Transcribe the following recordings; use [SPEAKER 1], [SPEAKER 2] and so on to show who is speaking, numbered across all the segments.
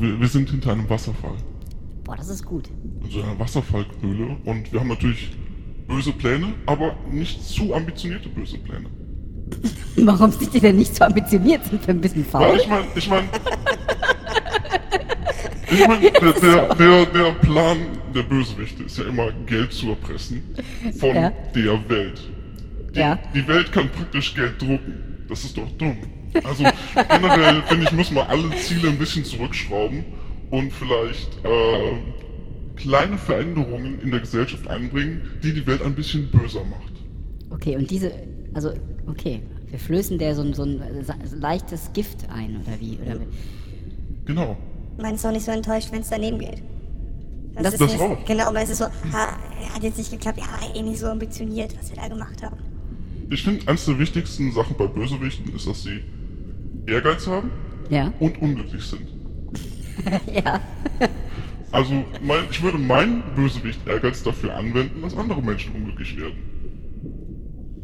[SPEAKER 1] hinter einem Wasserfall.
[SPEAKER 2] Boah, das ist gut.
[SPEAKER 1] In so einer Wasserfallhöhle. Und wir haben natürlich böse Pläne, aber nicht zu ambitionierte böse Pläne.
[SPEAKER 2] Warum sind die denn nicht so ambitioniert? Sind wir ein bisschen
[SPEAKER 1] Ja,
[SPEAKER 2] faul?
[SPEAKER 1] ich meine, ich meine. Ich meine, der, der, der, der Plan der Bösewichte ist ja immer, Geld zu erpressen von
[SPEAKER 2] Ja.
[SPEAKER 1] der Welt. Die,
[SPEAKER 2] Ja.
[SPEAKER 1] die Welt kann praktisch Geld drucken. Das ist doch dumm. Also generell, finde ich, muss man alle Ziele ein bisschen zurückschrauben und vielleicht äh, kleine Veränderungen in der Gesellschaft einbringen, die die Welt ein bisschen böser macht.
[SPEAKER 2] Okay, und diese, also, okay. Wir flößen der so ein, so ein sa- leichtes Gift ein, oder wie? Oder wie?
[SPEAKER 1] Genau.
[SPEAKER 3] Man ist auch nicht so enttäuscht, wenn es daneben geht.
[SPEAKER 2] Das-
[SPEAKER 3] ist
[SPEAKER 1] Das
[SPEAKER 3] nicht,
[SPEAKER 1] auch.
[SPEAKER 3] Genau, man ist so, ha, hat jetzt nicht geklappt, ja, war eh nicht so ambitioniert, was wir da gemacht haben.
[SPEAKER 1] Ich finde, eines der wichtigsten Sachen bei Bösewichten ist, dass sie Ehrgeiz haben
[SPEAKER 2] Ja?
[SPEAKER 1] und unglücklich sind.
[SPEAKER 2] Ja.
[SPEAKER 1] Also, mein, ich würde meinen Bösewicht Ehrgeiz dafür anwenden, dass andere Menschen unglücklich werden.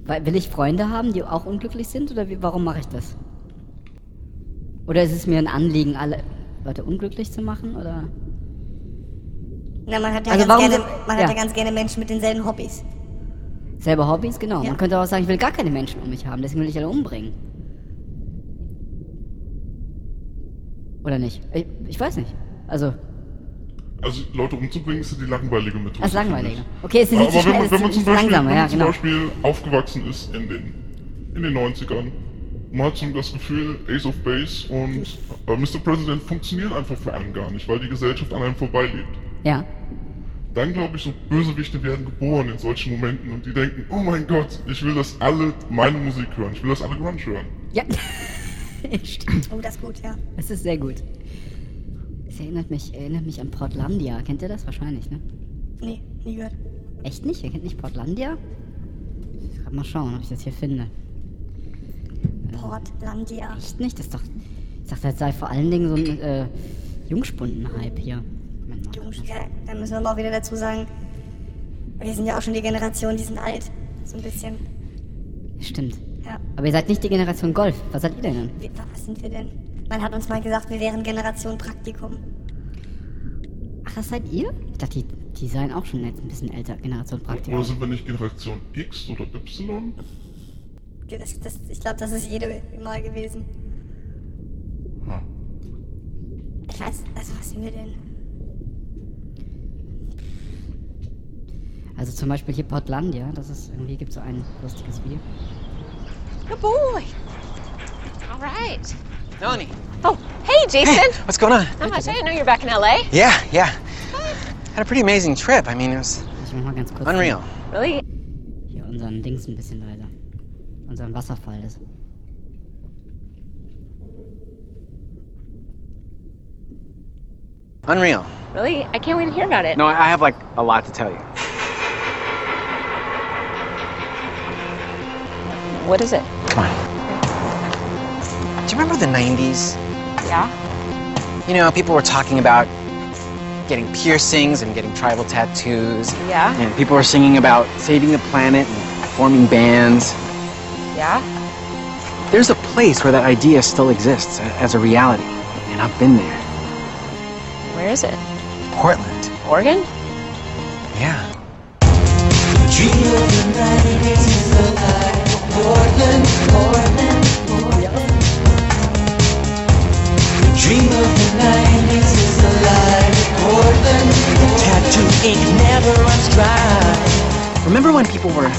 [SPEAKER 2] Weil, will ich Freunde haben, die auch unglücklich sind? Oder wie, warum mache ich das? Oder ist es mir ein Anliegen, alle Leute unglücklich zu machen? Oder?
[SPEAKER 3] Na, man hat ja,
[SPEAKER 2] Also
[SPEAKER 3] ganz,
[SPEAKER 2] warum
[SPEAKER 3] gerne,
[SPEAKER 2] sind-
[SPEAKER 3] man
[SPEAKER 2] ja.
[SPEAKER 3] hat ja ganz gerne Menschen mit denselben Hobbys.
[SPEAKER 2] Selber Hobbys, genau.
[SPEAKER 3] Ja.
[SPEAKER 2] Man könnte auch sagen, ich will gar keine Menschen um mich haben, deswegen will ich alle umbringen. Oder nicht? Ich, ich weiß nicht. Also,
[SPEAKER 1] Also, Leute umzubringen ist ja die langweilige Methode.
[SPEAKER 2] das ist
[SPEAKER 1] finde
[SPEAKER 2] langweilig.
[SPEAKER 1] ich.
[SPEAKER 2] Okay, es ist
[SPEAKER 1] Aber
[SPEAKER 2] nicht so
[SPEAKER 1] wenn
[SPEAKER 2] schnell,
[SPEAKER 1] man,
[SPEAKER 2] es ist
[SPEAKER 1] wenn man zum
[SPEAKER 2] nicht
[SPEAKER 1] Beispiel, wenn
[SPEAKER 2] langsamer,
[SPEAKER 1] man
[SPEAKER 2] ja,
[SPEAKER 1] zum
[SPEAKER 2] genau.
[SPEAKER 1] Beispiel aufgewachsen ist in den, in den 90ern, man hat so das Gefühl, Ace of Base und äh, Mr. President funktionieren einfach für einen gar nicht, weil die Gesellschaft an einem vorbeilebt.
[SPEAKER 2] Ja.
[SPEAKER 1] Dann glaube ich, so Bösewichte werden geboren in solchen Momenten und die denken, oh mein Gott, ich will, dass alle meine Musik hören, ich will, dass alle Grunge hören.
[SPEAKER 2] Ja. Stimmt.
[SPEAKER 3] Oh, das ist gut, ja.
[SPEAKER 2] Das ist sehr gut. Es erinnert mich, erinnert mich an Portlandia. Kennt ihr das? Wahrscheinlich, ne?
[SPEAKER 3] Nee, nie gehört.
[SPEAKER 2] Echt nicht? Ihr kennt nicht Portlandia? Ich kann mal schauen, ob ich das hier finde. Äh,
[SPEAKER 3] Portlandia.
[SPEAKER 2] Echt nicht? Das ist doch. Ich dachte, das sei vor allen Dingen so ein äh, Jungspunden-Hype hier. Moment mal.
[SPEAKER 3] Jungs, Ja, da müssen wir aber auch wieder dazu sagen, wir sind ja auch schon die Generation, die sind alt. So ein bisschen.
[SPEAKER 2] Stimmt.
[SPEAKER 3] Ja.
[SPEAKER 2] Aber ihr seid nicht die Generation Golf. Was seid ihr denn?
[SPEAKER 3] Wie, was sind wir denn? Man hat uns mal gesagt, wir wären Generation Praktikum.
[SPEAKER 2] Ach, das seid ihr? Ich dachte, die, die seien auch schon jetzt ein bisschen älter, Generation
[SPEAKER 1] Oder
[SPEAKER 2] Praktikum.
[SPEAKER 1] sind wir nicht Generation X oder Y?
[SPEAKER 3] Das, das, ich glaube, das ist jede Mal gewesen.
[SPEAKER 1] Ha. Hm.
[SPEAKER 3] Ich weiß, also was sind wir denn?
[SPEAKER 2] Also zum Beispiel hier Portlandia, das ist irgendwie gibt so ein lustiges Video.
[SPEAKER 4] Good boy. All right.
[SPEAKER 5] Tony.
[SPEAKER 4] Oh, hey, Jason.
[SPEAKER 5] What's going on?
[SPEAKER 4] How much? I didn't know you were back in LA.
[SPEAKER 5] Yeah, yeah. Had a pretty amazing trip. I mean, it was
[SPEAKER 2] Ich mach mal ganz kurz
[SPEAKER 5] unreal.
[SPEAKER 4] Really?
[SPEAKER 2] hier unseren Dings ein bisschen leiser. Unseren Wasserfall. Das.
[SPEAKER 5] Unreal.
[SPEAKER 4] Really? I can't wait to hear about it.
[SPEAKER 5] No, I I have like a lot to tell you.
[SPEAKER 4] What is it?
[SPEAKER 5] Come on. Do you remember the 90s?
[SPEAKER 4] Yeah.
[SPEAKER 5] You know, people were talking about getting piercings and getting tribal tattoos.
[SPEAKER 4] Yeah.
[SPEAKER 5] And people were singing about saving the planet and forming bands.
[SPEAKER 4] Yeah.
[SPEAKER 5] There's a place where that idea still exists a- as a reality. And I've been there.
[SPEAKER 4] Where is it?
[SPEAKER 5] Portland.
[SPEAKER 4] Oregon?
[SPEAKER 5] Yeah.
[SPEAKER 6] Tattoo ink never runs dry.
[SPEAKER 5] Remember when people were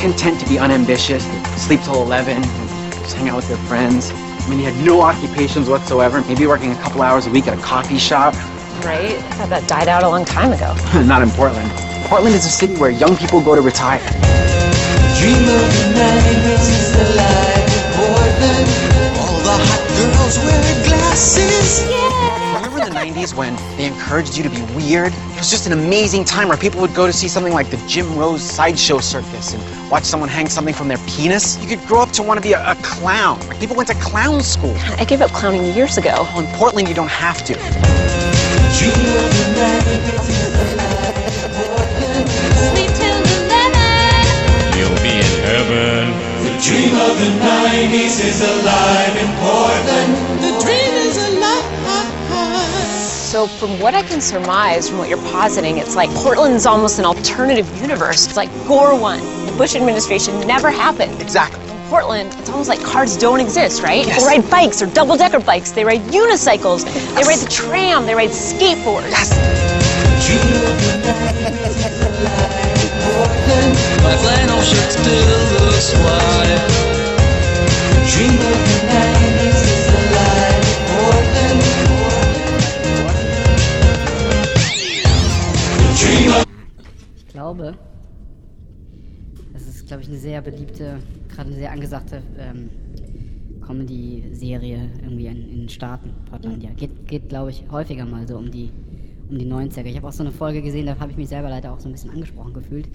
[SPEAKER 5] content to be unambitious, sleep till 11, and just hang out with their friends? I mean, they had no occupations whatsoever, maybe working a couple hours a week at a coffee shop.
[SPEAKER 4] Right. God, that died out a long time ago.
[SPEAKER 5] Hmm, Not in Portland. Portland is a city where young people go to retire.
[SPEAKER 6] Dream of the 90s is the life of Portland. All the hot girls wear glasses.
[SPEAKER 5] Remember the 90s when they encouraged you to be weird? It was just an amazing time where people would go to see something like the Jim Rose Sideshow Circus and watch someone hang something from their penis. You could grow up to want to be a, a clown. Like, people went to clown school.
[SPEAKER 4] I gave up clowning years ago.
[SPEAKER 5] Well, in Portland, you don't have to.
[SPEAKER 6] Dream of the 90s is the
[SPEAKER 7] You'll be in heaven.
[SPEAKER 6] The dream of the 90s is alive in Portland. The dream is alive.
[SPEAKER 4] So, from what I can surmise from what you're positing, it's like Portland's almost an alternative universe. It's like Gore One. The Bush administration never happened.
[SPEAKER 5] Exactly.
[SPEAKER 4] In Portland, it's almost like cars don't exist, right?
[SPEAKER 5] Yes.
[SPEAKER 4] People ride bikes or double decker bikes, they ride unicycles, they
[SPEAKER 5] Yes.
[SPEAKER 4] ride the tram, they ride skateboards.
[SPEAKER 5] Yes.
[SPEAKER 6] My plan all should still looks wide. Dream of the 90s is alive. Portland, Portland. Dream of
[SPEAKER 2] Ich glaube, das ist, glaube ich, eine sehr beliebte, gerade eine sehr angesagte ähm, Comedy-Serie irgendwie in, in den Staaten, Portland, ja. Geht, geht glaube ich, häufiger mal so um die, um die 90er. Ich habe auch so eine Folge gesehen, da habe ich mich selber leider auch so ein bisschen angesprochen gefühlt.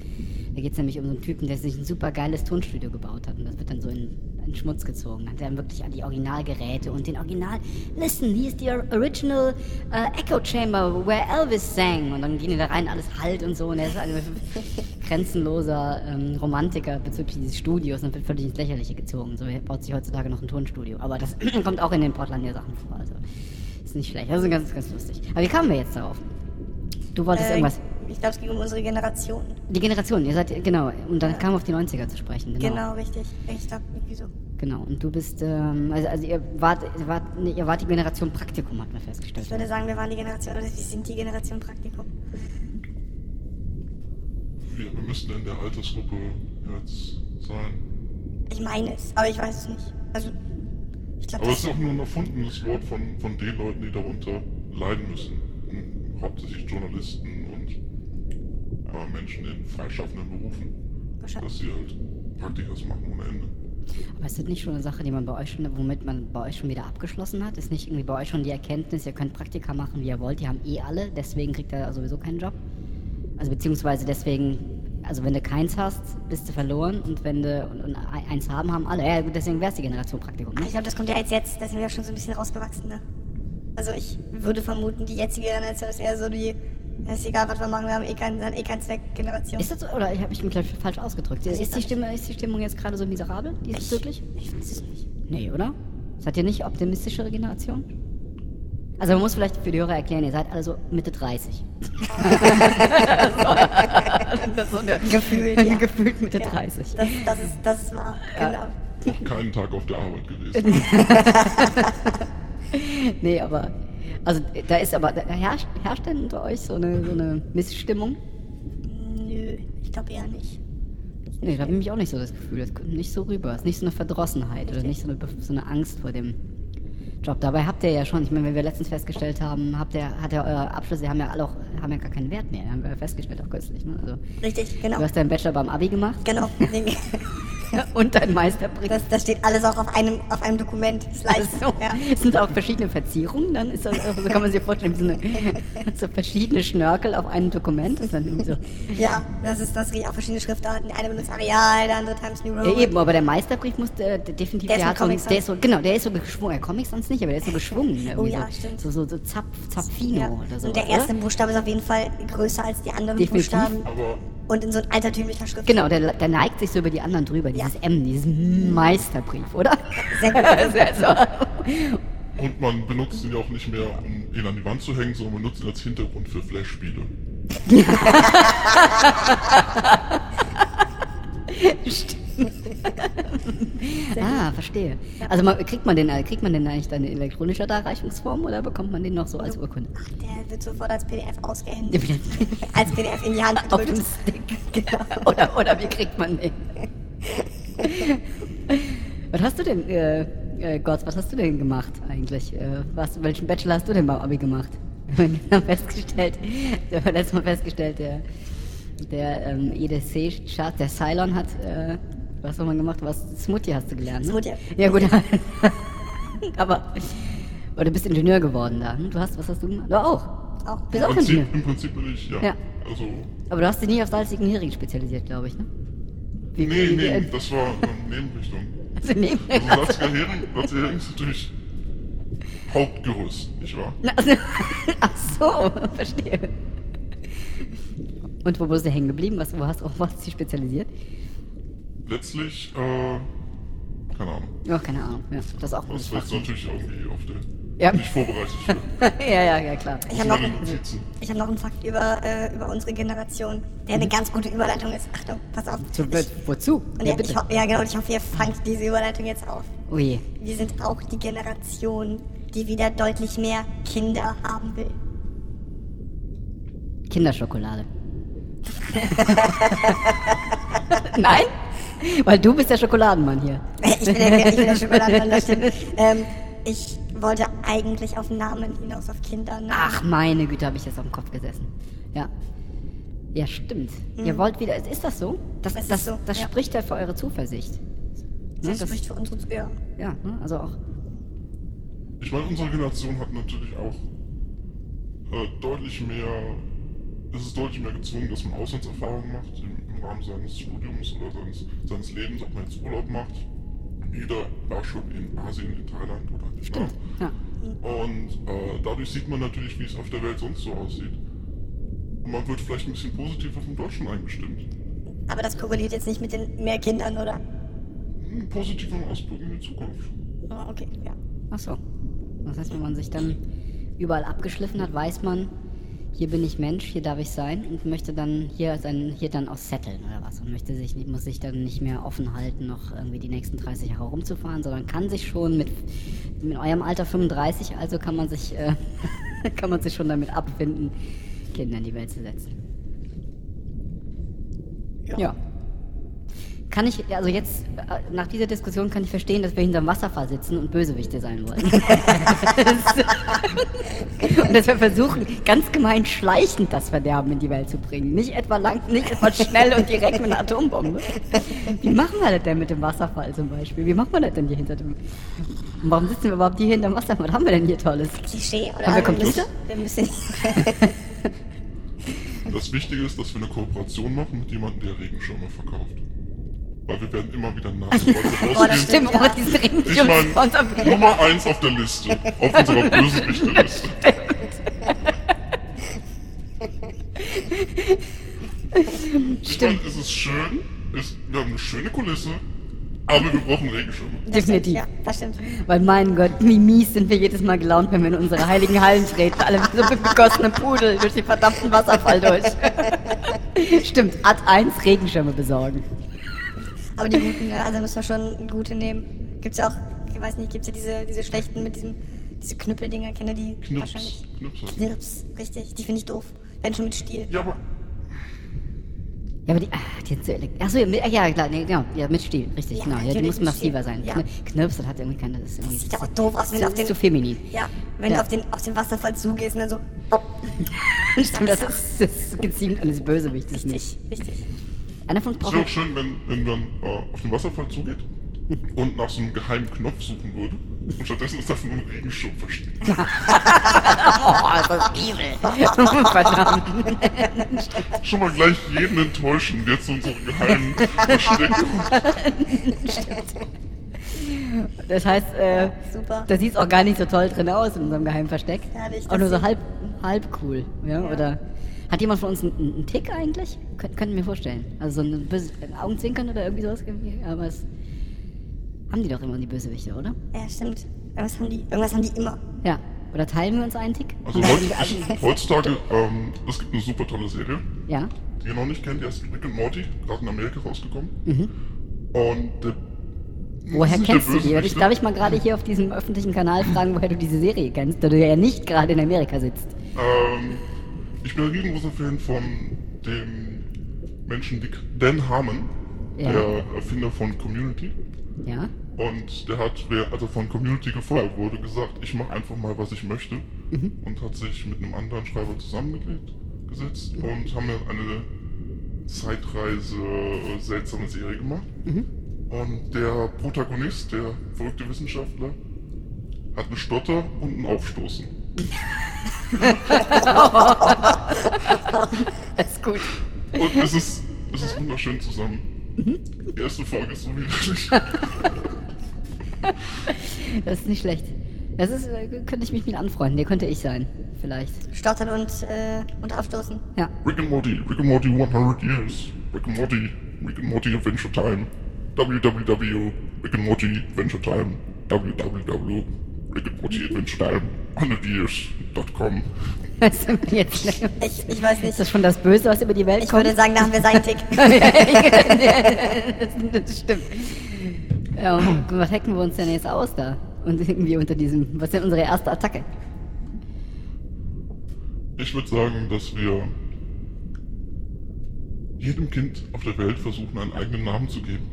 [SPEAKER 2] Da geht es nämlich um so einen Typen, der sich ein super geiles Tonstudio gebaut hat und das wird dann so in, in Schmutz gezogen. Hat dann wirklich an die Originalgeräte und den Original. Listen, hier ist die or- Original äh, Echo Chamber, where Elvis sang. Und dann gehen die da rein, alles halt und so. Und er ist ein grenzenloser ähm, Romantiker bezüglich dieses Studios und wird völlig ins Lächerliche gezogen. So er baut sich heutzutage noch ein Tonstudio. Aber das kommt auch in den Portlandia Sachen vor. Also ist nicht schlecht. Also ganz, ganz lustig. Aber wie kamen wir jetzt darauf? Du wolltest
[SPEAKER 3] Äh,
[SPEAKER 2] irgendwas.
[SPEAKER 3] Ich glaube, es ging um unsere Generation.
[SPEAKER 2] Die Generation, ihr seid, genau, und dann kam auf die 90er zu sprechen, genau.
[SPEAKER 3] Genau, richtig. Ich glaube, irgendwie so.
[SPEAKER 2] Genau, und du bist, ähm, also, also ihr, wart, ihr, wart, nee, ihr wart die Generation Praktikum, hat man festgestellt.
[SPEAKER 3] Ich würde sagen, wir waren die Generation, oder wir sind die Generation Praktikum.
[SPEAKER 1] Wir, wir müssten in der Altersgruppe jetzt sein.
[SPEAKER 3] Ich meine es, aber ich weiß es nicht. Also, ich glaube,
[SPEAKER 1] Aber es
[SPEAKER 3] das
[SPEAKER 1] ist auch nur ein erfundenes Wort von, von den Leuten, die darunter leiden müssen. Hm, Hauptsächlich Journalisten und äh, Menschen in freischaffenden Berufen.
[SPEAKER 3] wahrscheinlich.
[SPEAKER 1] Dass sie halt Praktikas machen ohne Ende.
[SPEAKER 2] Aber ist das nicht schon eine Sache, die man bei euch schon, womit man bei euch schon wieder abgeschlossen hat? Ist nicht irgendwie bei euch schon die Erkenntnis, ihr könnt Praktika machen, wie ihr wollt, die haben eh alle, deswegen kriegt ihr sowieso keinen Job? Also beziehungsweise deswegen, also wenn du keins hast, bist du verloren und wenn du und, und eins haben, haben alle. Ja gut, deswegen wär's die Generation Praktikum, ne?
[SPEAKER 3] Ich glaube, das kommt ja jetzt, jetzt, da sind wir ja schon so ein bisschen rausgewachsen, ne? Also, ich würde vermuten, die jetzige Generation ist eher so die, ja, ist egal, was wir machen, wir haben eh keinen, haben eh keinen Zweck, Generation.
[SPEAKER 2] Ist das so, oder habe ich mich gleich falsch ausgedrückt?
[SPEAKER 3] Weiß ich
[SPEAKER 2] Ist die,
[SPEAKER 3] nicht.
[SPEAKER 2] Stimme, ist die Stimmung jetzt gerade so miserabel? Die ist wirklich?
[SPEAKER 3] Ich weiß es nicht.
[SPEAKER 2] Nee, oder? Seid ihr nicht optimistischere Generation? Also man muss vielleicht für die Hörer erklären, ihr seid alle so Mitte 30. das ist so eine,
[SPEAKER 3] Gefühlt, ja.
[SPEAKER 2] gefühlt Mitte
[SPEAKER 3] Ja,
[SPEAKER 2] 30.
[SPEAKER 3] Das, das, ist, das ist wahr, genau.
[SPEAKER 1] Noch keinen Tag auf der Arbeit gewesen.
[SPEAKER 2] Nee, aber also da ist aber da herrscht, herrscht denn unter euch so eine, so eine Missstimmung?
[SPEAKER 3] Nö, ich glaube eher nicht.
[SPEAKER 2] Nee, da habe ich auch nicht so das Gefühl, das kommt nicht so rüber. Es ist nicht so eine Verdrossenheit oder nicht so eine, Bef- so eine Angst vor dem Job. Dabei habt ihr ja schon, ich meine, wenn wir letztens festgestellt haben, habt ihr, hat ja euer Abschluss, die haben ja alle auch, haben ja gar keinen Wert mehr, haben wir festgestellt auch kürzlich. Ne? Also,
[SPEAKER 3] Richtig, genau.
[SPEAKER 2] Du hast deinen Bachelor beim Abi gemacht
[SPEAKER 3] Genau.
[SPEAKER 2] und deinen Meisterbrief.
[SPEAKER 3] Das, das steht alles auch auf einem, auf einem Dokument. Das ist leicht.
[SPEAKER 2] Also,
[SPEAKER 3] Ja.
[SPEAKER 2] Es sind auch verschiedene Verzierungen, dann ist das, also kann man sich vorstellen, wie so, eine, so verschiedene Schnörkel auf einem Dokument. Und dann irgendwie so.
[SPEAKER 3] ja, das ist das richtig. Auch verschiedene Schriftarten. Der eine benutzt Areal, der andere Times New Roman.
[SPEAKER 2] Ja, Äh, eben, aber der Meisterbrief muss äh, der definitiv,
[SPEAKER 3] Der ist mit
[SPEAKER 2] hat so, einen-
[SPEAKER 3] Comics
[SPEAKER 2] der ist so, genau, der ist so geschwungen, ja, Comics sonst nicht, aber der ist so geschwungen. irgendwie
[SPEAKER 3] Oh ja,
[SPEAKER 2] so,
[SPEAKER 3] stimmt.
[SPEAKER 2] So, so, so Zapf, Zapfino
[SPEAKER 3] Ja.
[SPEAKER 2] Genau, oder so.
[SPEAKER 3] Und der
[SPEAKER 2] oder?
[SPEAKER 3] erste Buchstabe ist auf jeden Fall größer als die anderen
[SPEAKER 2] Definitiv.
[SPEAKER 3] Buchstaben.
[SPEAKER 1] Aber
[SPEAKER 3] Und in so ein altertümlicher Schrift.
[SPEAKER 2] Genau, der, der neigt sich so über die anderen drüber, dieses M, dieses Meisterbrief, oder?
[SPEAKER 3] Sehr gut.
[SPEAKER 2] Das ist ja so.
[SPEAKER 1] Und man benutzt ihn ja auch nicht mehr, um ihn an die Wand zu hängen, sondern man benutzt ihn als Hintergrund für Flash-Spiele.
[SPEAKER 2] Ah, verstehe. Also man, kriegt man den äh, kriegt man den eigentlich dann in elektronischer Darreichungsform oder bekommt man den noch so als Urkunde?
[SPEAKER 3] Der wird sofort als PDF ausgehändigt.
[SPEAKER 2] auf
[SPEAKER 3] als PDF in die Hand
[SPEAKER 2] dem
[SPEAKER 3] gedrückt.
[SPEAKER 2] Stick. Genau. Oder, oder wie kriegt man den? was hast du denn, äh, äh, Gott, was hast du denn gemacht eigentlich? Äh, was, welchen Bachelor hast du denn beim Abi gemacht? Wir haben festgestellt, wir haben letztes Mal festgestellt, der, der ähm, EDC-Chart, der Cylon hat, äh, was hat man gemacht? Was, Smoothie hast du gelernt, ne?
[SPEAKER 3] Smoothie.
[SPEAKER 2] Ja gut, aber, aber du bist Ingenieur geworden da, hm? Du hast, was hast du gemacht? Du auch.
[SPEAKER 3] Auch.
[SPEAKER 2] Bist
[SPEAKER 1] Im
[SPEAKER 2] auch Ingenieur.
[SPEAKER 1] Prinzip, Im Prinzip bin ich, ja.
[SPEAKER 2] Ja.
[SPEAKER 1] Also,
[SPEAKER 2] Aber du hast dich nie auf salzigen Hering spezialisiert, glaube ich, ne? Wie,
[SPEAKER 1] nee, nee,
[SPEAKER 2] wie-
[SPEAKER 1] das war ähm, Nebenrichtung.
[SPEAKER 2] also, nee.
[SPEAKER 1] Also, Salzgitter Hering, Salzgitter Hering ist natürlich Hauptgerüst, nicht wahr?
[SPEAKER 2] Na, also- Ach so, verstehe. Und wo bist du hängen geblieben? Was, wo hast, auf was hast du dich spezialisiert?
[SPEAKER 1] Letztlich, äh, keine Ahnung.
[SPEAKER 2] Ja, keine Ahnung. Ja, das ist auch ein
[SPEAKER 1] Das
[SPEAKER 2] gutes
[SPEAKER 1] fällt
[SPEAKER 2] Fach.
[SPEAKER 1] natürlich irgendwie auf der
[SPEAKER 2] Ja.
[SPEAKER 1] nicht vorbereitet für.
[SPEAKER 2] ja, ja, ja, klar.
[SPEAKER 3] Ich
[SPEAKER 1] Das
[SPEAKER 3] habe noch,
[SPEAKER 1] waren die Notizen.
[SPEAKER 3] ich hab noch einen Fakt über, äh, über unsere Generation, der
[SPEAKER 2] Mhm.
[SPEAKER 3] eine ganz gute Überleitung ist. Achtung, pass auf.
[SPEAKER 2] Zu,
[SPEAKER 3] Ich,
[SPEAKER 2] wozu?
[SPEAKER 3] und
[SPEAKER 2] Ja,
[SPEAKER 3] ja, ich,
[SPEAKER 2] bitte.
[SPEAKER 3] ho- ja, genau, und ich hoffe, ihr fangt diese Überleitung jetzt auf.
[SPEAKER 2] Oh je.
[SPEAKER 3] Wir sind auch die Generation, die wieder deutlich mehr Kinder haben will.
[SPEAKER 2] Kinderschokolade. Nein? Weil du bist der Schokoladenmann hier.
[SPEAKER 3] Ich bin ja, ich bin ja schon mal an der Stelle. ähm, Ich wollte eigentlich auf Namen hinaus, auf Kinder.
[SPEAKER 2] Ach, meine Güte, habe ich jetzt auf dem Kopf gesessen. Ja. Ja, stimmt. Ihr wollt wieder. Ist das so? Das,
[SPEAKER 3] Es Mhm. ist
[SPEAKER 2] das,
[SPEAKER 3] so,
[SPEAKER 2] das
[SPEAKER 3] ja.
[SPEAKER 2] spricht ja für eure Zuversicht. Ne,
[SPEAKER 3] das, spricht für unsere Ja.
[SPEAKER 2] ja, ne, also auch.
[SPEAKER 1] Ich meine, unsere Generation hat natürlich auch äh, deutlich mehr, es ist deutlich mehr gezwungen, dass man Auslandserfahrungen macht im, im Rahmen seines Studiums oder seines, seines Lebens, ob man jetzt Urlaub macht. Jeder war schon in Asien, in Thailand oder in Vietnam.
[SPEAKER 2] Stimmt. Ja.
[SPEAKER 1] Und äh, dadurch sieht man natürlich, wie es auf der Welt sonst so aussieht. Und man wird vielleicht ein bisschen positiv auf den Deutschen eingestimmt.
[SPEAKER 3] Aber das korreliert jetzt nicht mit den mehr Kindern, oder?
[SPEAKER 1] Einen positiven Ausblick in die Zukunft.
[SPEAKER 3] Ah,
[SPEAKER 2] Oh,
[SPEAKER 3] Okay, ja.
[SPEAKER 2] Ach so. Das heißt, wenn man sich dann überall abgeschliffen hat, weiß man, hier bin ich Mensch, hier darf ich sein und möchte dann hier, sein, hier dann auch setteln oder was. Und möchte sich, muss sich dann nicht mehr offen halten, noch irgendwie die nächsten 30 Jahre rumzufahren, sondern kann sich schon mit, mit eurem Alter 35, also kann man sich, äh, kann man sich schon damit abfinden, Kinder in die Welt zu setzen. Ja. Kann ich, also jetzt, äh, nach dieser Diskussion kann ich verstehen, dass wir hinterm Wasserfall sitzen und Bösewichte sein wollen. und dass wir versuchen, ganz gemein schleichend das Verderben in die Welt zu bringen. Nicht etwa lang, nicht etwa schnell und direkt mit einer Atombombe. Wie machen wir das denn mit dem Wasserfall zum Beispiel? Wie machen wir das denn hier hinter dem... Und warum sitzen wir überhaupt hier hinterm Wasserfall? Was haben wir denn hier Tolles?
[SPEAKER 3] Klischee, oder?
[SPEAKER 2] Haben wir Computer?
[SPEAKER 3] Wir müssen.
[SPEAKER 1] Das Wichtige ist, dass wir eine Kooperation machen mit jemandem, der Regenschirme verkauft. Weil wir werden immer wieder nass. Leute
[SPEAKER 2] Oh, das
[SPEAKER 1] rausgehen.
[SPEAKER 2] stimmt, oh, diesen
[SPEAKER 1] Ich meine,
[SPEAKER 2] Regenschirm-Sponsor-
[SPEAKER 1] Nummer eins auf der Liste. Auf unserer Bösewichteliste. Ich meine,
[SPEAKER 2] Stimmt,
[SPEAKER 1] es ist schön. Es, wir haben eine schöne Kulisse. Aber wir brauchen Regenschirme.
[SPEAKER 2] definitiv.
[SPEAKER 3] ja, das stimmt.
[SPEAKER 2] Weil mein Gott, wie mies sind wir jedes Mal gelaunt, wenn wir in unsere heiligen Hallen treten. Alle wie so mit begossenem Pudel durch den verdammten Wasserfall durch. Stimmt, Ad 1 Regenschirme besorgen.
[SPEAKER 3] Aber die guten, ja, also müssen wir schon gute nehmen. Gibt's ja auch, ich weiß nicht, gibt's ja diese, diese schlechten mit diesem, diese Knüppeldinger, kennt ihr die
[SPEAKER 1] Knips.
[SPEAKER 3] wahrscheinlich?
[SPEAKER 1] Knips heißt-
[SPEAKER 3] Knirps, richtig. Die finde ich doof. Wenn schon mit Stiel.
[SPEAKER 1] Ja, aber
[SPEAKER 2] Ja, aber die, ah, die sind so elektrisch. Achso, ja, ja, klar, nee, genau, ja, mit Stil, richtig,
[SPEAKER 3] Ja,
[SPEAKER 2] genau. Ja, die
[SPEAKER 3] natürlich
[SPEAKER 2] mussten
[SPEAKER 3] mit
[SPEAKER 2] massiver
[SPEAKER 3] Stiel,
[SPEAKER 2] sein.
[SPEAKER 3] ja.
[SPEAKER 2] Ja. Knirpsel hat irgendwie keine, das ist irgendwie
[SPEAKER 3] Sieht aber doof aus, wenn
[SPEAKER 2] zu,
[SPEAKER 3] auf den-
[SPEAKER 2] zu feminin.
[SPEAKER 3] Ja, wenn
[SPEAKER 2] Ja.
[SPEAKER 3] du auf den, auf den Wasserfall zugehst und dann so.
[SPEAKER 2] Stimmt, das ist, das ist geziemt eines Bösewichtes nicht.
[SPEAKER 3] Richtig.
[SPEAKER 2] Einer von uns
[SPEAKER 1] es
[SPEAKER 2] braucht
[SPEAKER 1] wäre auch schön, wenn, wenn man äh, auf den Wasserfall zugeht und nach so einem geheimen Knopf suchen würde. Und stattdessen ist das nur ein Regenschirm versteckt.
[SPEAKER 2] Verdammt.
[SPEAKER 1] Schon mal gleich jeden enttäuschen, der zu unserem geheimen Versteck kommt.
[SPEAKER 2] Das heißt, äh,
[SPEAKER 3] Super.
[SPEAKER 2] da sieht es auch gar nicht so toll drin aus in unserem geheimen Versteck.
[SPEAKER 3] Herrlich,
[SPEAKER 2] auch nur so
[SPEAKER 3] das
[SPEAKER 2] halb, halb cool. Ja, Oder hat jemand von uns einen, einen Tick eigentlich? Könnt, könnte ich mir vorstellen. Also so ein, böse, ein Augenzwinkern oder irgendwie sowas. Aber es haben die doch immer die Bösewichte, oder?
[SPEAKER 3] Ja, stimmt. Irgendwas haben die, irgendwas haben die immer.
[SPEAKER 2] Ja. Oder teilen wir uns einen Tick?
[SPEAKER 1] Also heute, ich, heutzutage, ähm, es gibt eine super tolle Serie,
[SPEAKER 2] Ja.
[SPEAKER 1] die ihr noch nicht kennt, die heißt Rick and Morty, gerade in Amerika rausgekommen. Und der,
[SPEAKER 2] Mhm. Woher
[SPEAKER 1] sind
[SPEAKER 2] kennst
[SPEAKER 1] der
[SPEAKER 2] du die? Darf ich,
[SPEAKER 1] Bösewichte-
[SPEAKER 2] darf ich mal gerade hier auf diesem öffentlichen Kanal fragen, woher du diese Serie kennst, da du ja nicht gerade in Amerika sitzt?
[SPEAKER 1] Ähm, ich bin ein riesengroßer Fan von dem Menschen Dick Dan Harmon,
[SPEAKER 2] Ja.
[SPEAKER 1] der Erfinder von Community.
[SPEAKER 2] Ja.
[SPEAKER 1] Und der hat, wer- als er von Community gefeuert wurde, gesagt, ich mache einfach mal, was ich möchte. Und hat sich mit einem anderen Schreiber zusammengelegt gesetzt und haben dann eine Zeitreise äh, seltsame Serie gemacht. Und der Protagonist, der verrückte Wissenschaftler, hat einen Stotter und einen Aufstoßen.
[SPEAKER 2] Das ist gut.
[SPEAKER 1] Und es ist, es ist wunderschön zusammen. Die erste Folge ist so widerlich.
[SPEAKER 2] Das ist nicht schlecht. Das ist, äh, könnte ich mich mit anfreunden. Der könnte ich sein, vielleicht.
[SPEAKER 3] Stottern und, äh, und aufstoßen.
[SPEAKER 2] Ja.
[SPEAKER 1] Rick and Morty, Rick and Morty 100 Years, Rick and Morty, Rick and Morty Adventure Time, www, Rick and Morty Adventure Time, www. rekrutiert werden sterben. Honorears.com.
[SPEAKER 2] Was sind wir jetzt? Ist
[SPEAKER 3] Ich, ich weiß nicht.
[SPEAKER 2] das schon das Böse, was über die Welt
[SPEAKER 3] Ich
[SPEAKER 2] kommt?
[SPEAKER 3] würde sagen, da haben wir seinen Tick.
[SPEAKER 2] das stimmt. Ja, und was hacken wir uns denn jetzt aus da? Und irgendwie unter diesem, was ist denn unsere erste Attacke?
[SPEAKER 1] Ich würde sagen, dass wir jedem Kind auf der Welt versuchen, einen eigenen Namen zu geben.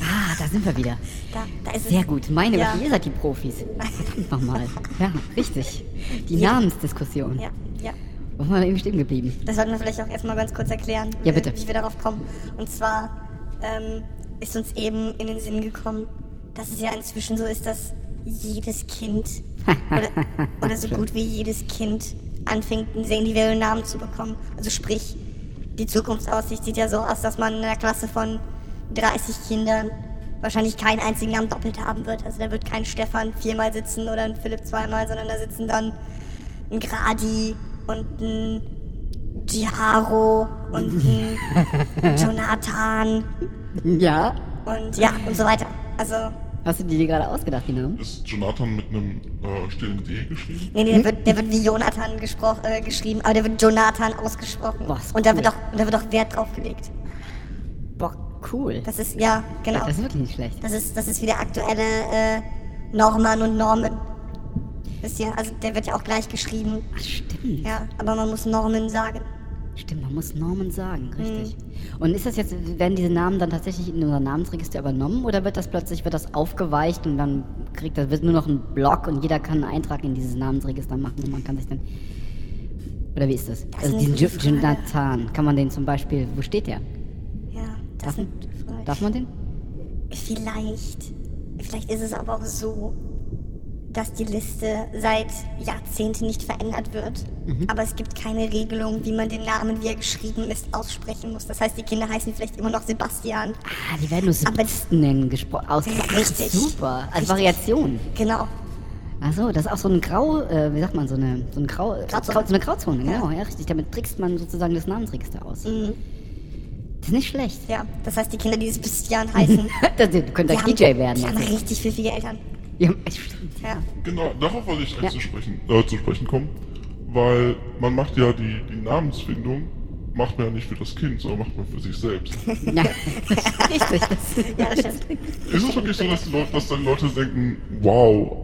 [SPEAKER 2] Ah, da sind wir wieder.
[SPEAKER 3] Da, da ist es.
[SPEAKER 2] Sehr gut. Meine
[SPEAKER 3] Ja.
[SPEAKER 2] Güte, ihr seid die Profis. Verdammt nochmal. Ja, richtig. Die
[SPEAKER 3] Ja.
[SPEAKER 2] Namensdiskussion.
[SPEAKER 3] Ja, ja.
[SPEAKER 2] Wo waren wir eben stehen geblieben?
[SPEAKER 3] Das sollten wir vielleicht auch erstmal ganz kurz erklären,
[SPEAKER 2] Ja,
[SPEAKER 3] äh,
[SPEAKER 2] bitte.
[SPEAKER 3] wie wir darauf kommen. Und zwar ähm, ist uns eben in den Sinn gekommen, dass es ja inzwischen so ist, dass jedes Kind oder, oder so gut wie jedes Kind anfängt, einen sehr individuellen Namen zu bekommen. Also sprich, die Zukunftsaussicht sieht ja so aus, dass man in einer Klasse von 30 Kindern wahrscheinlich keinen einzigen Namen doppelt haben wird. Also da wird kein Stefan viermal sitzen oder ein Philipp zweimal, sondern da sitzen dann ein Gradi und ein Giharo und ein Jonathan
[SPEAKER 2] Ja?
[SPEAKER 3] und ja und so weiter. Also,
[SPEAKER 2] Hast du die dir gerade ausgedacht, die Namen?
[SPEAKER 1] Ist Jonathan mit einem äh, stillen D geschrieben?
[SPEAKER 3] nee,
[SPEAKER 2] Hm?
[SPEAKER 3] nee, der wird, der wird wie Jonathan gesprochen, äh, geschrieben, aber der wird Jonathan ausgesprochen.
[SPEAKER 2] Boah, ist
[SPEAKER 3] und da
[SPEAKER 2] cool.
[SPEAKER 3] wird auch, und da wird auch Wert drauf gelegt.
[SPEAKER 2] Boah, cool.
[SPEAKER 3] Das ist, ja, genau.
[SPEAKER 2] Das ist wirklich nicht schlecht.
[SPEAKER 3] Das ist, das ist wie der aktuelle äh, Norman und Norman. Wisst ihr, also der wird ja auch gleich geschrieben.
[SPEAKER 2] Ach, stimmt.
[SPEAKER 3] Ja, aber man muss Norman sagen.
[SPEAKER 2] Stimmt, man muss Norman sagen, richtig.
[SPEAKER 3] Mhm.
[SPEAKER 2] Und ist das jetzt, werden diese Namen dann tatsächlich in unser Namensregister übernommen oder wird das plötzlich, wird das aufgeweicht und dann kriegt das, wird nur noch ein Blog und jeder kann einen Eintrag in dieses Namensregister machen und man kann sich dann. Oder wie ist das?
[SPEAKER 3] Das
[SPEAKER 2] also
[SPEAKER 3] ist
[SPEAKER 2] diesen
[SPEAKER 3] eine
[SPEAKER 2] Jo-
[SPEAKER 3] gute Frage.
[SPEAKER 2] Jonathan, kann man den zum Beispiel, wo steht der?
[SPEAKER 3] Ja, das
[SPEAKER 2] Darf,
[SPEAKER 3] ist eine
[SPEAKER 2] man,
[SPEAKER 3] gute Frage.
[SPEAKER 2] darf man den?
[SPEAKER 3] Vielleicht. Vielleicht ist es aber auch so, dass die Liste seit Jahrzehnten nicht verändert wird.
[SPEAKER 2] Mhm.
[SPEAKER 3] Aber es gibt keine Regelung, wie man den Namen, wie er geschrieben ist, aussprechen muss. Das heißt, die Kinder heißen vielleicht immer noch Sebastian.
[SPEAKER 2] Ah, die werden nur
[SPEAKER 3] Aber-
[SPEAKER 2] Sebastian nennen, gesprochen.
[SPEAKER 3] Richtig.
[SPEAKER 2] Super. Als
[SPEAKER 3] Richtig.
[SPEAKER 2] Variation.
[SPEAKER 3] Genau.
[SPEAKER 2] Achso, das ist auch so ein Grau, äh, wie sagt man, so eine, so ein Grau, äh,
[SPEAKER 3] Grauzone.
[SPEAKER 2] Grau, so eine Grauzone, genau, ja. richtig. Damit trickst man sozusagen das Namensregister aus.
[SPEAKER 3] Mhm.
[SPEAKER 2] Das ist nicht schlecht.
[SPEAKER 3] Ja. Das heißt, die Kinder, die Sebastian heißen,
[SPEAKER 2] das, du könntest
[SPEAKER 3] haben,
[SPEAKER 2] DJ werden.
[SPEAKER 3] die haben
[SPEAKER 2] jetzt.
[SPEAKER 3] richtig pfiffige Eltern.
[SPEAKER 2] Ja, stimmt.
[SPEAKER 3] Ja.
[SPEAKER 1] Genau, darauf wollte ich eigentlich zu,
[SPEAKER 2] Ja.
[SPEAKER 1] sprechen, äh, zu sprechen kommen, weil man macht ja die, die Namensfindung, macht man ja nicht für das Kind, sondern macht man für sich selbst.
[SPEAKER 2] Ja, richtig. Das,
[SPEAKER 3] Ja, das stimmt.
[SPEAKER 1] Ist es wirklich so, dass, die Leute, dass dann Leute denken, wow,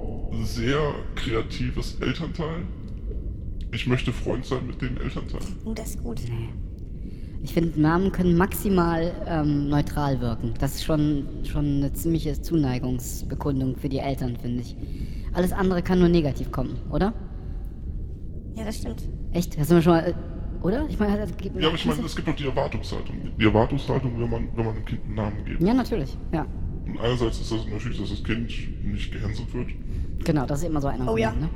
[SPEAKER 1] sehr kreatives Elternteil? Ich möchte Freund sein mit dem Elternteil.
[SPEAKER 3] Oh, das ist gut.
[SPEAKER 2] ich finde, Namen können maximal ähm, neutral wirken. Das ist schon, schon eine ziemliche Zuneigungsbekundung für die Eltern, finde ich. Alles andere kann nur negativ kommen, oder?
[SPEAKER 3] Ja, das stimmt.
[SPEAKER 2] Echt? Hast du mal schon mal. äh, Oder? Ich meine, das gibt-
[SPEAKER 1] Ja, aber ich meine, es gibt doch die Erwartungshaltung. Die Erwartungshaltung, wenn man, wenn man einem Kind einen Namen gibt.
[SPEAKER 2] Ja, natürlich. Ja.
[SPEAKER 1] Und einerseits ist das natürlich, dass das Kind nicht gehänselt wird.
[SPEAKER 2] Genau, das ist immer so ein Argument,
[SPEAKER 3] ja.
[SPEAKER 2] ne?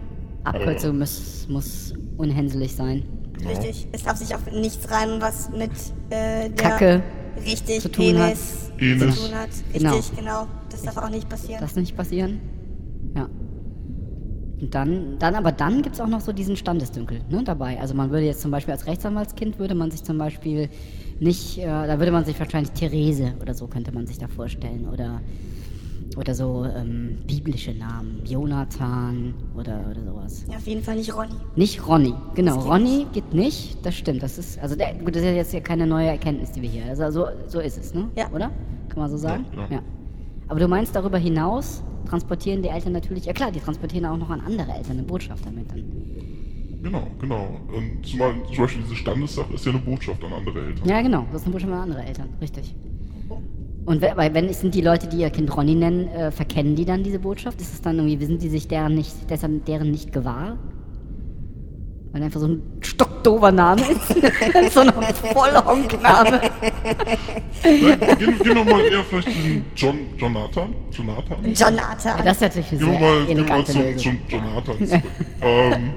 [SPEAKER 2] Abkürzung muss, muss unhänselig sein.
[SPEAKER 1] Genau.
[SPEAKER 3] Richtig. Es darf sich auf nichts reimen, was mit äh, der
[SPEAKER 2] Kacke
[SPEAKER 3] richtig
[SPEAKER 2] zu tun hat.
[SPEAKER 3] Penis
[SPEAKER 1] Enes.
[SPEAKER 3] zu tun hat.
[SPEAKER 2] Genau.
[SPEAKER 3] Richtig, genau. Das darf auch nicht passieren.
[SPEAKER 2] Das nicht passieren? Ja. Und dann, dann aber dann gibt es auch noch so diesen Standesdünkel ne, dabei. Also man würde jetzt zum Beispiel als Rechtsanwaltskind würde man sich zum Beispiel nicht, äh, da würde man sich wahrscheinlich Therese oder so könnte man sich da vorstellen oder oder so ähm, biblische Namen, Jonathan oder, oder sowas.
[SPEAKER 3] Ja, auf jeden Fall nicht Ronny.
[SPEAKER 2] Nicht Ronny, genau.
[SPEAKER 3] Das geht
[SPEAKER 2] Ronny geht nicht, das stimmt. Das ist, also der, gut, das ist ja jetzt ja keine neue Erkenntnis, die wir hier. Also so, so ist es, ne?
[SPEAKER 3] Ja.
[SPEAKER 2] Oder? Kann man so sagen?
[SPEAKER 1] Ja, ja.
[SPEAKER 2] Aber du meinst darüber hinaus transportieren die Eltern natürlich, ja klar, die transportieren auch noch an andere Eltern eine Botschaft damit dann.
[SPEAKER 1] Genau, genau. Und zumal zum Beispiel diese Standessache ist ja eine Botschaft an andere Eltern.
[SPEAKER 2] Ja, genau, das ist eine Botschaft an andere Eltern, richtig. Und we- aber wenn sind die Leute, die ihr Kind Ronny nennen, äh, verkennen die dann diese Botschaft? Ist es dann irgendwie, sind die sich deren nicht, deshalb deren nicht gewahr? Weil einfach so ein stockdover Name ist. so ein Vollhonk-Name.
[SPEAKER 1] Nein, Gehen, gehen wir mal eher vielleicht diesen John, Jonathan. Jonathan? Gehen
[SPEAKER 3] Jonathan.
[SPEAKER 2] Das ist natürlich eine
[SPEAKER 1] wir
[SPEAKER 2] sehr
[SPEAKER 1] mal, gehen wir mal
[SPEAKER 2] elegante
[SPEAKER 1] zum,
[SPEAKER 2] Lösung.
[SPEAKER 1] zum Jonathan zurück. ähm,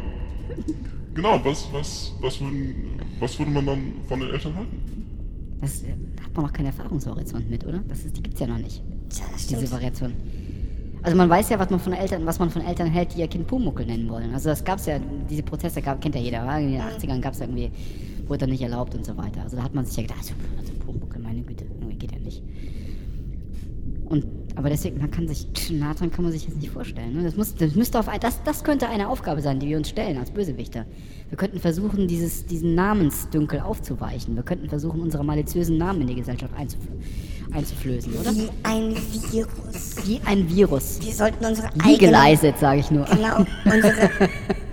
[SPEAKER 1] genau, was, was, was, würden, was würde man dann von den Eltern halten?
[SPEAKER 2] Das äh, hat man noch keinen Erfahrungshorizont mit, oder? Das ist, die gibt's ja noch nicht,
[SPEAKER 3] Tja, das
[SPEAKER 2] diese
[SPEAKER 3] stimmt.
[SPEAKER 2] Variation. Also man weiß ja, was man von Eltern, was man von Eltern hält, die ihr Kind Pumuckel nennen wollen. Also das gab's ja, diese Prozesse gab, kennt ja jeder, oder? in den 80ern gab's ja irgendwie, wurde dann nicht erlaubt und so weiter. Also da hat man sich ja gedacht, also, also Pumuckel, meine Güte, irgendwie geht ja nicht. Und Aber deswegen, man kann sich, tsch, nah dran kann man sich jetzt nicht vorstellen. Ne? Das, muss, das, müsste auf, ein- das, das könnte eine Aufgabe sein, die wir uns stellen als Bösewichter. Wir könnten versuchen, dieses, diesen Namensdünkel aufzuweichen. Wir könnten versuchen, unsere maliziösen Namen in die Gesellschaft einzufl einzuflößen, oder?
[SPEAKER 3] Wie ein Virus.
[SPEAKER 2] Wie ein Virus.
[SPEAKER 3] Wir sollten unsere eigenen,
[SPEAKER 2] Legalized, sage ich nur.
[SPEAKER 3] genau, unsere,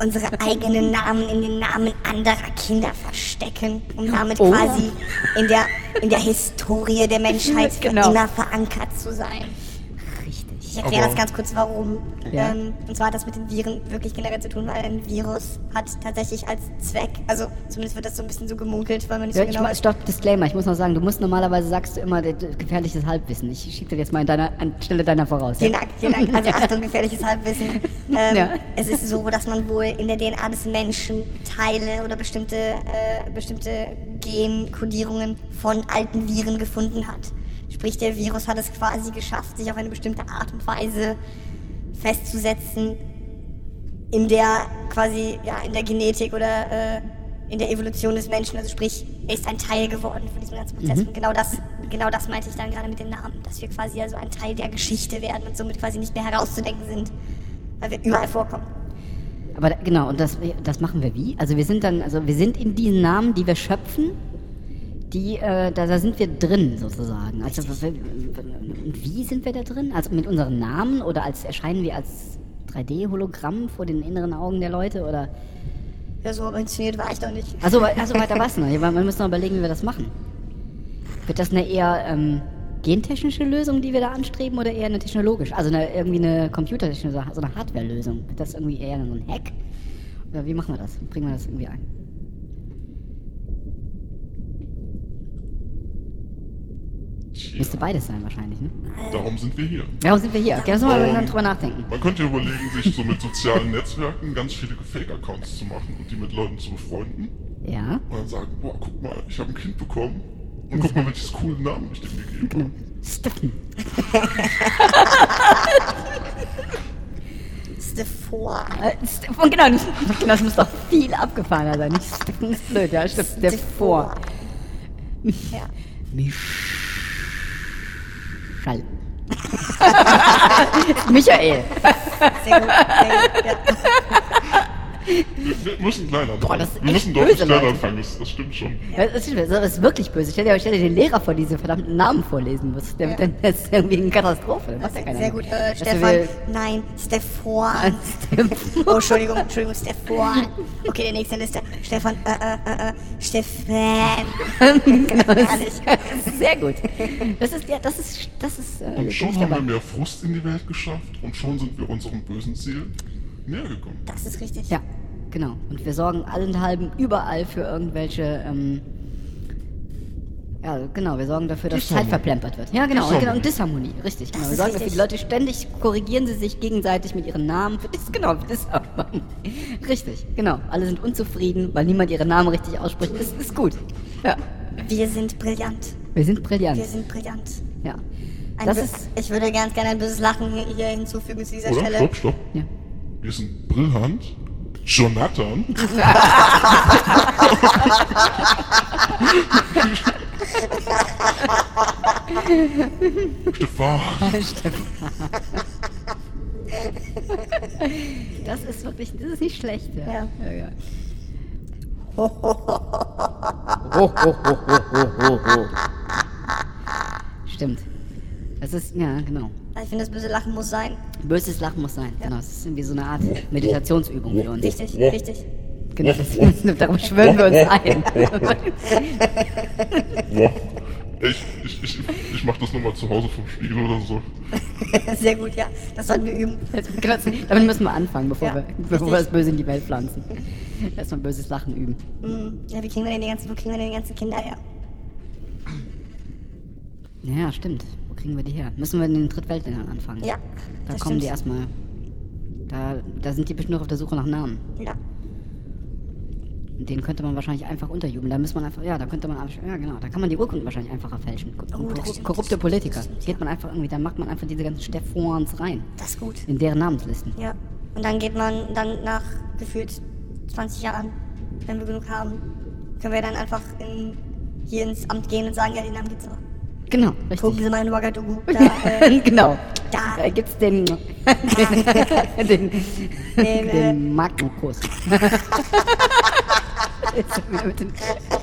[SPEAKER 3] unsere eigenen Namen in den Namen anderer Kinder verstecken, um damit
[SPEAKER 2] Oh.
[SPEAKER 3] quasi in der, in der Historie der Menschheit für
[SPEAKER 2] Genau.
[SPEAKER 3] immer verankert zu sein.
[SPEAKER 2] Richtig.
[SPEAKER 3] Ich erkläre
[SPEAKER 1] Aber-
[SPEAKER 3] das ganz kurz, warum.
[SPEAKER 2] Ja.
[SPEAKER 3] Ähm, und zwar hat das mit den Viren wirklich generell zu tun, weil ein Virus hat tatsächlich als Zweck, also zumindest wird das so ein bisschen so gemunkelt, weil man nicht
[SPEAKER 2] Ja,
[SPEAKER 3] so
[SPEAKER 2] ich
[SPEAKER 3] genau
[SPEAKER 2] ma- stopp, Disclaimer, ich muss noch sagen, du musst normalerweise sagst du immer das- das gefährliches Halbwissen. Ich schieb das jetzt mal in deiner, anstelle deiner voraus.
[SPEAKER 3] Vielen Dank, vielen Dank. Also Achtung, gefährliches Halbwissen. Ähm,
[SPEAKER 2] Ja.
[SPEAKER 3] Es ist so, dass man wohl in der DNA des Menschen Teile oder bestimmte, äh, bestimmte Genkodierungen von alten Viren gefunden hat. Sprich, der Virus hat es quasi geschafft, sich auf eine bestimmte Art und Weise festzusetzen, in der quasi, ja, in der Genetik oder äh, in der Evolution des Menschen. Also sprich, er ist ein Teil geworden von diesem ganzen Prozess. Und genau das, genau das meinte ich dann gerade mit dem Namen, dass wir quasi also ein Teil der Geschichte werden und somit quasi nicht mehr herauszudenken sind, weil wir überall vorkommen.
[SPEAKER 2] Aber da, genau, und das, das machen wir wie? Also wir sind dann, also wir sind in diesen Namen, die wir schöpfen, die, äh, da, da sind wir drin sozusagen. Also wir, und wie sind wir da drin? Also mit unseren Namen oder als erscheinen wir als 3D-Hologramm vor den inneren Augen der Leute oder?
[SPEAKER 3] Ja, so ambitioniert war ich noch nicht.
[SPEAKER 2] Also, also weiter was noch. Ja, Man man muss noch überlegen, wie wir das machen. Wird das eine eher ähm, gentechnische Lösung, die wir da anstreben, oder eher eine technologische? Also eine, irgendwie eine computertechnische, so also eine Hardware-Lösung. Wird das irgendwie eher so ein Hack? Oder wie machen wir das? Bringen wir das irgendwie ein? Müsste beides sein wahrscheinlich, ne?
[SPEAKER 1] Darum sind wir hier.
[SPEAKER 2] Warum sind wir hier? Okay, müssen wir mal
[SPEAKER 1] Ähm,
[SPEAKER 2] drüber nachdenken.
[SPEAKER 1] Man könnte überlegen, sich so mit sozialen Netzwerken ganz viele Fake-Accounts zu machen und die mit Leuten zu befreunden.
[SPEAKER 2] Ja.
[SPEAKER 1] Und dann sagen, boah, guck mal, ich habe ein Kind bekommen. Und guck mal, welches coolen Namen ich dem gegeben habe.
[SPEAKER 2] Steffen.
[SPEAKER 3] Stefor.
[SPEAKER 2] Äh, Stefan, genau, nicht, genau, das muss doch viel abgefahrener sein. Nicht Stefan ist blöd, ja, stimmt. Stefan.
[SPEAKER 3] Ja.
[SPEAKER 2] Schall. Michael.
[SPEAKER 3] Sehr gut, sehr gut. Ja.
[SPEAKER 1] Wir, wir müssen klein anfangen.
[SPEAKER 2] Boah, das ist
[SPEAKER 1] wir
[SPEAKER 2] echt
[SPEAKER 1] müssen deutlich
[SPEAKER 2] böse,
[SPEAKER 1] klein
[SPEAKER 2] Leute.
[SPEAKER 1] anfangen, das, das stimmt schon.
[SPEAKER 2] Das ist, das ist wirklich böse. Stell dir, stell dir den Lehrer vor, die diese verdammten Namen vorlesen muss. Der, ja. Das ist irgendwie eine Katastrophe. Das macht ja keiner.
[SPEAKER 3] Sehr gut, äh,
[SPEAKER 2] Also
[SPEAKER 3] Stefan. Nein, Stefan.
[SPEAKER 2] wir-
[SPEAKER 3] Oh, Entschuldigung, Entschuldigung, Stefan. Okay, der nächste in der Liste. Stefan, äh, äh, äh, äh, Stefan.
[SPEAKER 2] genau, das
[SPEAKER 3] Ehrlich.
[SPEAKER 2] ist, das ist sehr gut. Das ist, ja, das ist, das ist, äh, bin
[SPEAKER 1] Und schon
[SPEAKER 2] ich
[SPEAKER 1] haben wir
[SPEAKER 2] dabei.
[SPEAKER 1] mehr Frust in die Welt geschafft und schon sind wir unserem bösen Ziel näher gekommen.
[SPEAKER 3] Das ist richtig.
[SPEAKER 2] Ja, genau. Und wir sorgen allenthalben überall für irgendwelche, ähm, ja, genau, wir sorgen dafür, dass Zeit
[SPEAKER 1] Disharmonie.
[SPEAKER 2] verplempert wird. Ja, genau, und,
[SPEAKER 1] Disharmonie.
[SPEAKER 2] genau, und Disharmonie, richtig. Genau. Wir
[SPEAKER 3] ist
[SPEAKER 2] sorgen dafür,
[SPEAKER 3] richtig.
[SPEAKER 2] die Leute ständig korrigieren sie sich gegenseitig mit ihren Namen. Für Dis genau, für Disharmonie. Richtig, genau. Alle sind unzufrieden, weil niemand ihren Namen richtig ausspricht. Ist, ist gut. Ja.
[SPEAKER 3] Wir sind brillant.
[SPEAKER 2] Wir sind brillant.
[SPEAKER 3] Wir sind brillant.
[SPEAKER 2] ja.
[SPEAKER 3] Ein
[SPEAKER 2] Das
[SPEAKER 3] bö-
[SPEAKER 2] ist,
[SPEAKER 3] ich würde ganz gerne ein böses Lachen hier hinzufügen zu dieser
[SPEAKER 1] Oder?
[SPEAKER 3] Stelle.
[SPEAKER 1] Stopp, stopp.
[SPEAKER 2] ja.
[SPEAKER 1] Wir sind Brillhand, Jonathan. Stefan.
[SPEAKER 2] Das ist wirklich, das ist nicht schlecht.
[SPEAKER 3] Ja.
[SPEAKER 2] ja, ja. Stimmt. Das ist, ja, genau.
[SPEAKER 3] Ich finde, das böse Lachen muss sein.
[SPEAKER 2] Böses Lachen muss sein. Genau, es ist irgendwie so eine Art Meditationsübung für uns.
[SPEAKER 3] Richtig, richtig.
[SPEAKER 2] Genau, das, darum schwören wir uns ein.
[SPEAKER 1] Ich, ich, ich, ich mach das nochmal zu Hause vom Spiegel oder so.
[SPEAKER 3] Sehr gut, ja. Das sollten wir üben.
[SPEAKER 2] Jetzt- genau, Damit müssen wir anfangen, bevor,
[SPEAKER 3] Ja,
[SPEAKER 2] wir, bevor wir das
[SPEAKER 3] richtig.
[SPEAKER 2] Böse in die Welt pflanzen. Erstmal böses Lachen üben.
[SPEAKER 3] Hm, Ja, wie kriegen wir denn die ganzen, wo kriegen wir denn die ganzen Kinder her?
[SPEAKER 2] Ja, stimmt. Wo kriegen wir die her? Müssen wir in den Drittweltländern anfangen?
[SPEAKER 3] Ja,
[SPEAKER 2] Da
[SPEAKER 3] das
[SPEAKER 2] kommen die
[SPEAKER 3] stimmt.
[SPEAKER 2] erstmal. Da, da sind die bestimmt noch auf der Suche nach Namen.
[SPEAKER 3] Ja.
[SPEAKER 2] Und Den könnte man wahrscheinlich einfach unterjubeln. Da muss man einfach, ja, da könnte man, einfach- ja genau, da kann man die Urkunden wahrscheinlich einfacher fälschen. Ko-
[SPEAKER 3] Oh, das
[SPEAKER 2] korru-
[SPEAKER 3] stimmt, das
[SPEAKER 2] korrupte
[SPEAKER 3] stimmt,
[SPEAKER 2] Politiker.
[SPEAKER 3] das stimmt,
[SPEAKER 2] Geht man einfach irgendwie, dann macht man einfach diese ganzen Stefans rein.
[SPEAKER 3] Das ist gut.
[SPEAKER 2] In deren Namenslisten.
[SPEAKER 3] Ja. Und dann geht man dann nach gefühlt 20 Jahren, wenn wir genug haben, können wir dann einfach in, hier ins Amt gehen und sagen, ja, den Namen gibt's auch.
[SPEAKER 2] Genau,
[SPEAKER 3] Gucken
[SPEAKER 2] richtig.
[SPEAKER 3] Sie mal in Ouagadougou. Da, äh,
[SPEAKER 2] genau.
[SPEAKER 3] da.
[SPEAKER 2] Da gibt's den. den.
[SPEAKER 3] äh,
[SPEAKER 2] den Magnus. Ist mir mit den-